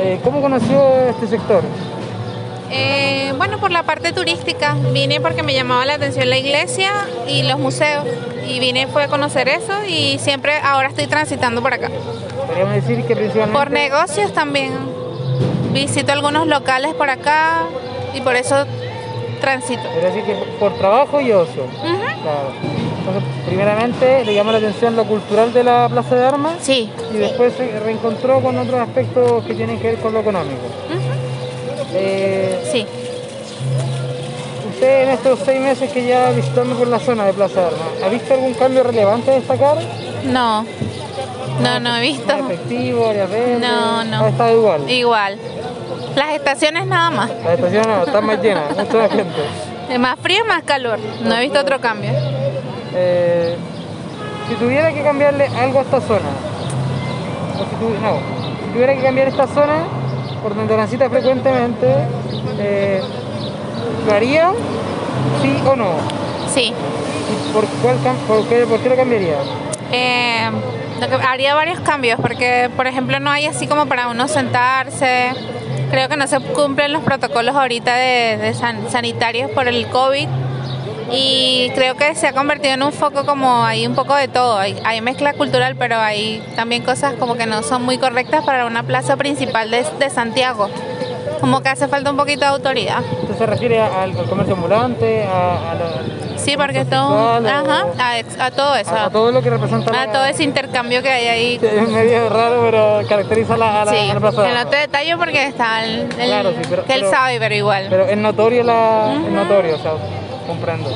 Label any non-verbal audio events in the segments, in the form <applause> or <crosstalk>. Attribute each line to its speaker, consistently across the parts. Speaker 1: Eh, ¿Cómo conoció este sector?
Speaker 2: Eh, bueno, por la parte turística. Vine porque me llamaba la atención la iglesia y los museos. Y vine fue a conocer eso y siempre ahora estoy transitando por acá.
Speaker 1: Podríamos decir que principalmente...
Speaker 2: Por negocios también. Visito algunos locales por acá y por eso transito.
Speaker 1: Podría decir que por trabajo y ocio.
Speaker 2: Ujú.
Speaker 1: Claro. Entonces, primeramente le llama la atención lo cultural de la Plaza de Armas
Speaker 2: Sí.
Speaker 1: y después se reencontró con otros aspectos que tienen que ver con lo económico.
Speaker 2: Ujú.
Speaker 1: Eh,
Speaker 2: Sí.
Speaker 1: usted en estos seis meses que ya visitando por la zona de Plaza de Armas, ¿ha visto algún cambio relevante a destacar?
Speaker 2: No. No, no he visto.
Speaker 1: ¿Más efectivo, áreas verdes?
Speaker 2: No, no.
Speaker 1: ¿Ha estado igual?
Speaker 2: Igual. Las estaciones nada más.
Speaker 1: La estación no, está más
Speaker 2: <laughs>
Speaker 1: llena, mucha más gente.
Speaker 2: Es Más frío, más calor. No he visto otro cambio.
Speaker 1: Eh, si tuviera que cambiarle algo a esta zona, o si tu- no, si tuviera que cambiar esta zona por donde transita frecuentemente, eh, ¿lo haría? ¿Sí o no?
Speaker 2: Sí.
Speaker 1: ¿Y por, cuál cam- por qué, por qué lo cambiaría?
Speaker 2: Eh, lo que- haría varios cambios porque, por ejemplo, no hay así como para uno sentarse. Creo que no se cumplen los protocolos ahorita de, de san- sanitarios por el COVID. Y creo que se ha convertido en un foco como hay un poco de todo. Hay, hay mezcla cultural, pero hay también cosas como que no son muy correctas para una plaza principal de, de Santiago. Como que hace falta un poquito de autoridad.
Speaker 1: ¿Usted se refiere a- al, al comercio ambulante? A, a la-
Speaker 2: Sí,
Speaker 1: al
Speaker 2: porque
Speaker 1: comercio
Speaker 2: todo,
Speaker 1: sexual,
Speaker 2: ajá,
Speaker 1: o-
Speaker 2: a, ex- a todo eso,
Speaker 1: a,
Speaker 2: a,
Speaker 1: a todo lo que representa
Speaker 2: a
Speaker 1: la-
Speaker 2: todo ese intercambio que hay ahí
Speaker 1: Es medio raro, pero caracteriza la, a la,
Speaker 2: sí,
Speaker 1: a la plaza. de
Speaker 2: que no
Speaker 1: armas.
Speaker 2: te detallo porque está el, el-
Speaker 1: Claro, sí, pero-
Speaker 2: que él
Speaker 1: pero-
Speaker 2: sabe, pero igual.
Speaker 1: Pero es notorio la.
Speaker 2: Ujú.
Speaker 1: Es notorio, o sea, comprendo.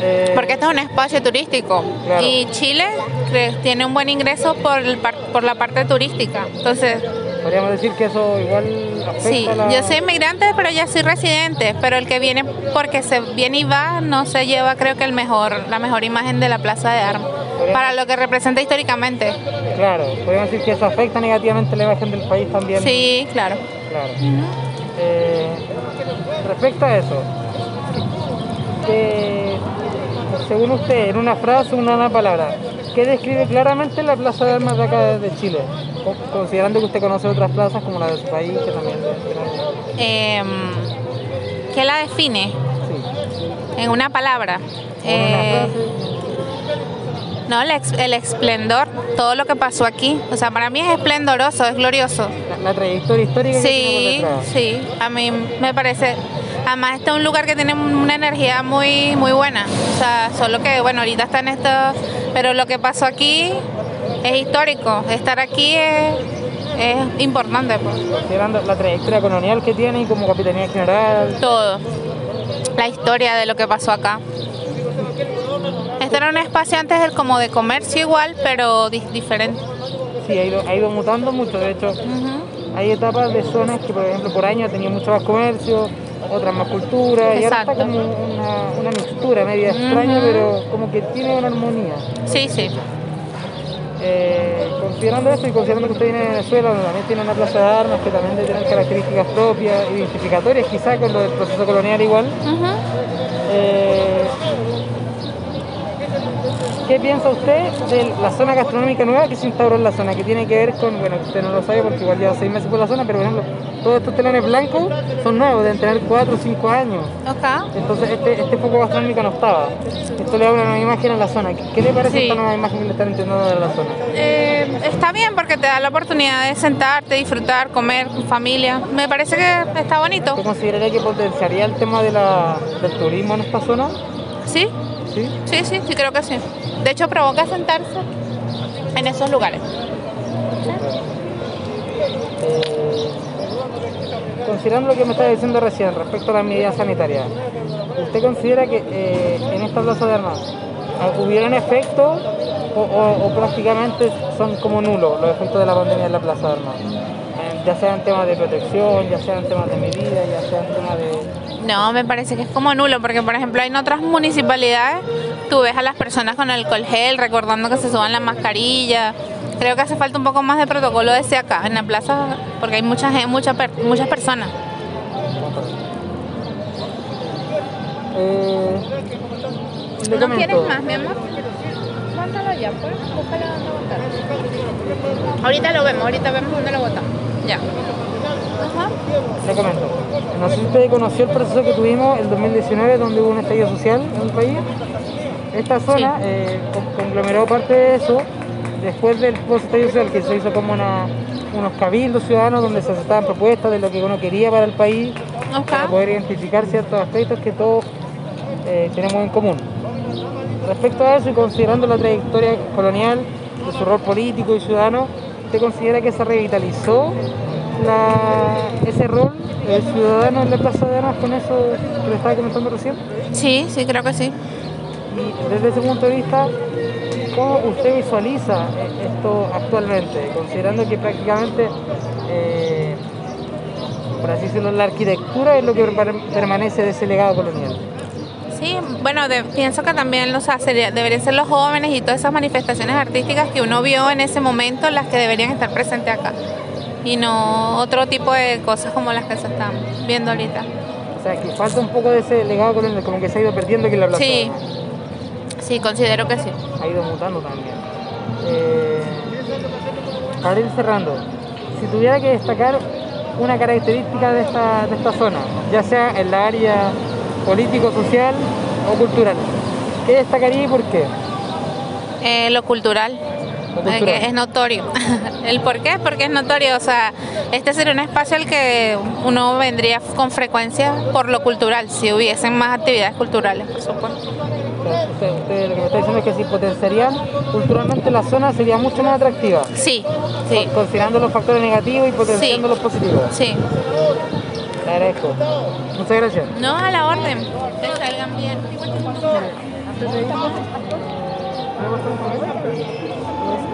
Speaker 1: Eh,
Speaker 2: porque este es un espacio turístico
Speaker 1: Claro.
Speaker 2: y Chile cre- tiene un buen ingreso por, el par- por la parte turística. Entonces,
Speaker 1: Podríamos decir que eso igual afecta
Speaker 2: sí,
Speaker 1: la.
Speaker 2: yo soy inmigrante, pero ya soy residente, pero el que viene porque se viene y va no se lleva creo que el mejor la mejor imagen de la Plaza de Armas para lo que representa históricamente.
Speaker 1: Claro, podríamos decir que eso afecta negativamente la imagen del país también.
Speaker 2: Sí, claro.
Speaker 1: Claro. Eh, respecto a eso, que, según usted, en una frase, una, una palabra, ¿qué describe claramente la plaza de armas de acá de Chile? Co- Considerando que usted conoce otras plazas como la de su país, que también. que no-
Speaker 2: Em, ¿Qué la define?
Speaker 1: sí.
Speaker 2: En una palabra.
Speaker 1: Bueno, una
Speaker 2: Eh,
Speaker 1: frase.
Speaker 2: No, el, ex- el esplendor, todo lo que pasó aquí. O sea, para mí es esplendoroso, es glorioso.
Speaker 1: La, la trayectoria histórica que tiene
Speaker 2: Sí,
Speaker 1: por detrás.
Speaker 2: sí, a mí me parece. Además, este es un lugar que tiene una energía muy, muy buena. O sea, solo que, bueno, ahorita está en esto. Pero lo que pasó aquí es histórico. Estar aquí es, es importante, pues.
Speaker 1: Considerando la trayectoria colonial que tiene y como capitanía general.
Speaker 2: todo, la historia de lo que pasó acá. Este era un espacio antes del como de comercio igual, pero di- diferente.
Speaker 1: Sí, ha ido, ha ido mutando mucho. De hecho,
Speaker 2: Ujú.
Speaker 1: hay etapas de zonas que, por ejemplo, por año ha tenido mucho más comercio, otras más cultura. Y ahora está
Speaker 2: Exacto.
Speaker 1: como una, una mixtura media extraña,
Speaker 2: Ujú.
Speaker 1: pero como que tiene una armonía.
Speaker 2: Sí, sí.
Speaker 1: Eh, considerando eso y considerando que usted viene de Venezuela, donde también tiene una plaza de armas que también debe tener características propias, identificatorias quizá con lo del proceso colonial igual.
Speaker 2: Ujú.
Speaker 1: Eh, ¿Qué piensa usted de la zona gastronómica nueva que se instauró en la zona? Que tiene que ver con, bueno, usted no lo sabe porque igual lleva seis meses por la zona, pero por ejemplo, todos estos telones blancos son nuevos, deben tener cuatro o cinco años.
Speaker 2: Ok.
Speaker 1: Entonces este, este foco gastronómico no estaba. Esto le da una nueva imagen a la zona. ¿Qué, qué le parece
Speaker 2: Sí.
Speaker 1: esta nueva imagen que le están intentando dar a la zona?
Speaker 2: Eh, está bien porque te da la oportunidad de sentarte, disfrutar, comer, con familia. Me parece que está bonito.
Speaker 1: ¿Usted consideraría que potenciaría el tema de la, del turismo en esta zona?
Speaker 2: ¿Sí?
Speaker 1: ¿Sí?
Speaker 2: Sí, sí, sí, creo que sí. De hecho, provoca sentarse en esos lugares.
Speaker 1: Eh, Considerando lo que me estaba diciendo recién respecto a las medidas sanitarias, ¿usted considera que eh, en esta plaza de armas ah, hubieron efectos o, o- o prácticamente son como nulos los efectos de la pandemia en la plaza de armas? Eh, ya sea en temas de protección, ya sea en temas de medidas, ya sea en temas de...
Speaker 2: No, me parece que es como nulo, porque por ejemplo en otras municipalidades tú ves a las personas con alcohol gel recordando que se suban la mascarilla. Creo que hace falta un poco más de protocolo de ese acá, en la plaza, porque hay mucha gente, mucha per- muchas personas.
Speaker 1: Eh, le comento.
Speaker 2: mi amor? Mándalo ya, pues. Ahorita lo vemos, ahorita vemos dónde lo botamos. Ya. Ajá.
Speaker 1: Le comento. No sé si usted conoció el proceso que tuvimos el 2019, donde hubo un estallido social en el país. Esta zona
Speaker 2: Sí.
Speaker 1: eh, con- conglomeró parte de eso después del post-estallido social, que se hizo como una- unos cabildos ciudadanos donde se aceptaban propuestas de lo que uno quería para el país, para
Speaker 2: Ok.
Speaker 1: poder identificar ciertos aspectos que todos eh, tenemos en común. Respecto a eso y considerando la trayectoria colonial, de su rol político y ciudadano, ¿usted considera que se revitalizó la- ese rol del ciudadano en la Plaza de Armas con eso que le estaba comentando recién?
Speaker 2: Sí, sí, creo que sí.
Speaker 1: Y desde ese punto de vista, ¿cómo usted visualiza eh, esto actualmente? Considerando que prácticamente, eh, por así decirlo, la arquitectura es lo que per- permanece de ese legado colonial.
Speaker 2: Sí, bueno, de- pienso que también o sea, sería- deberían ser los jóvenes y todas esas manifestaciones artísticas que uno vio en ese momento las que deberían estar presentes acá. Y no otro tipo de cosas como las que se están viendo ahorita.
Speaker 1: O sea, que falta un poco de ese legado colonial, como que se ha ido perdiendo aquí en la plaza.
Speaker 2: Sí. Sí, considero que sí.
Speaker 1: Ha ido mutando también. Eh, para ir cerrando, si tuviera que destacar una característica de esta, de esta zona, ya sea en la área político, social o cultural, ¿qué destacaría y por qué?
Speaker 2: Eh, lo cultural.
Speaker 1: Lo
Speaker 2: Eh,
Speaker 1: cultural.
Speaker 2: que Es notorio. <laughs> ¿El por qué? Porque es notorio. O sea, este sería un espacio al que uno vendría con frecuencia por lo cultural, si hubiesen más actividades culturales, por supuesto.
Speaker 1: O sea, usted- usted lo que me está diciendo es que si potenciarían culturalmente la zona sería mucho más atractiva,
Speaker 2: Sí, sí,
Speaker 1: con- considerando los factores negativos y potenciando los positivos.
Speaker 2: sí.
Speaker 1: Le agradezco. Muchas gracias.
Speaker 2: No, a la orden. Que salgan bien.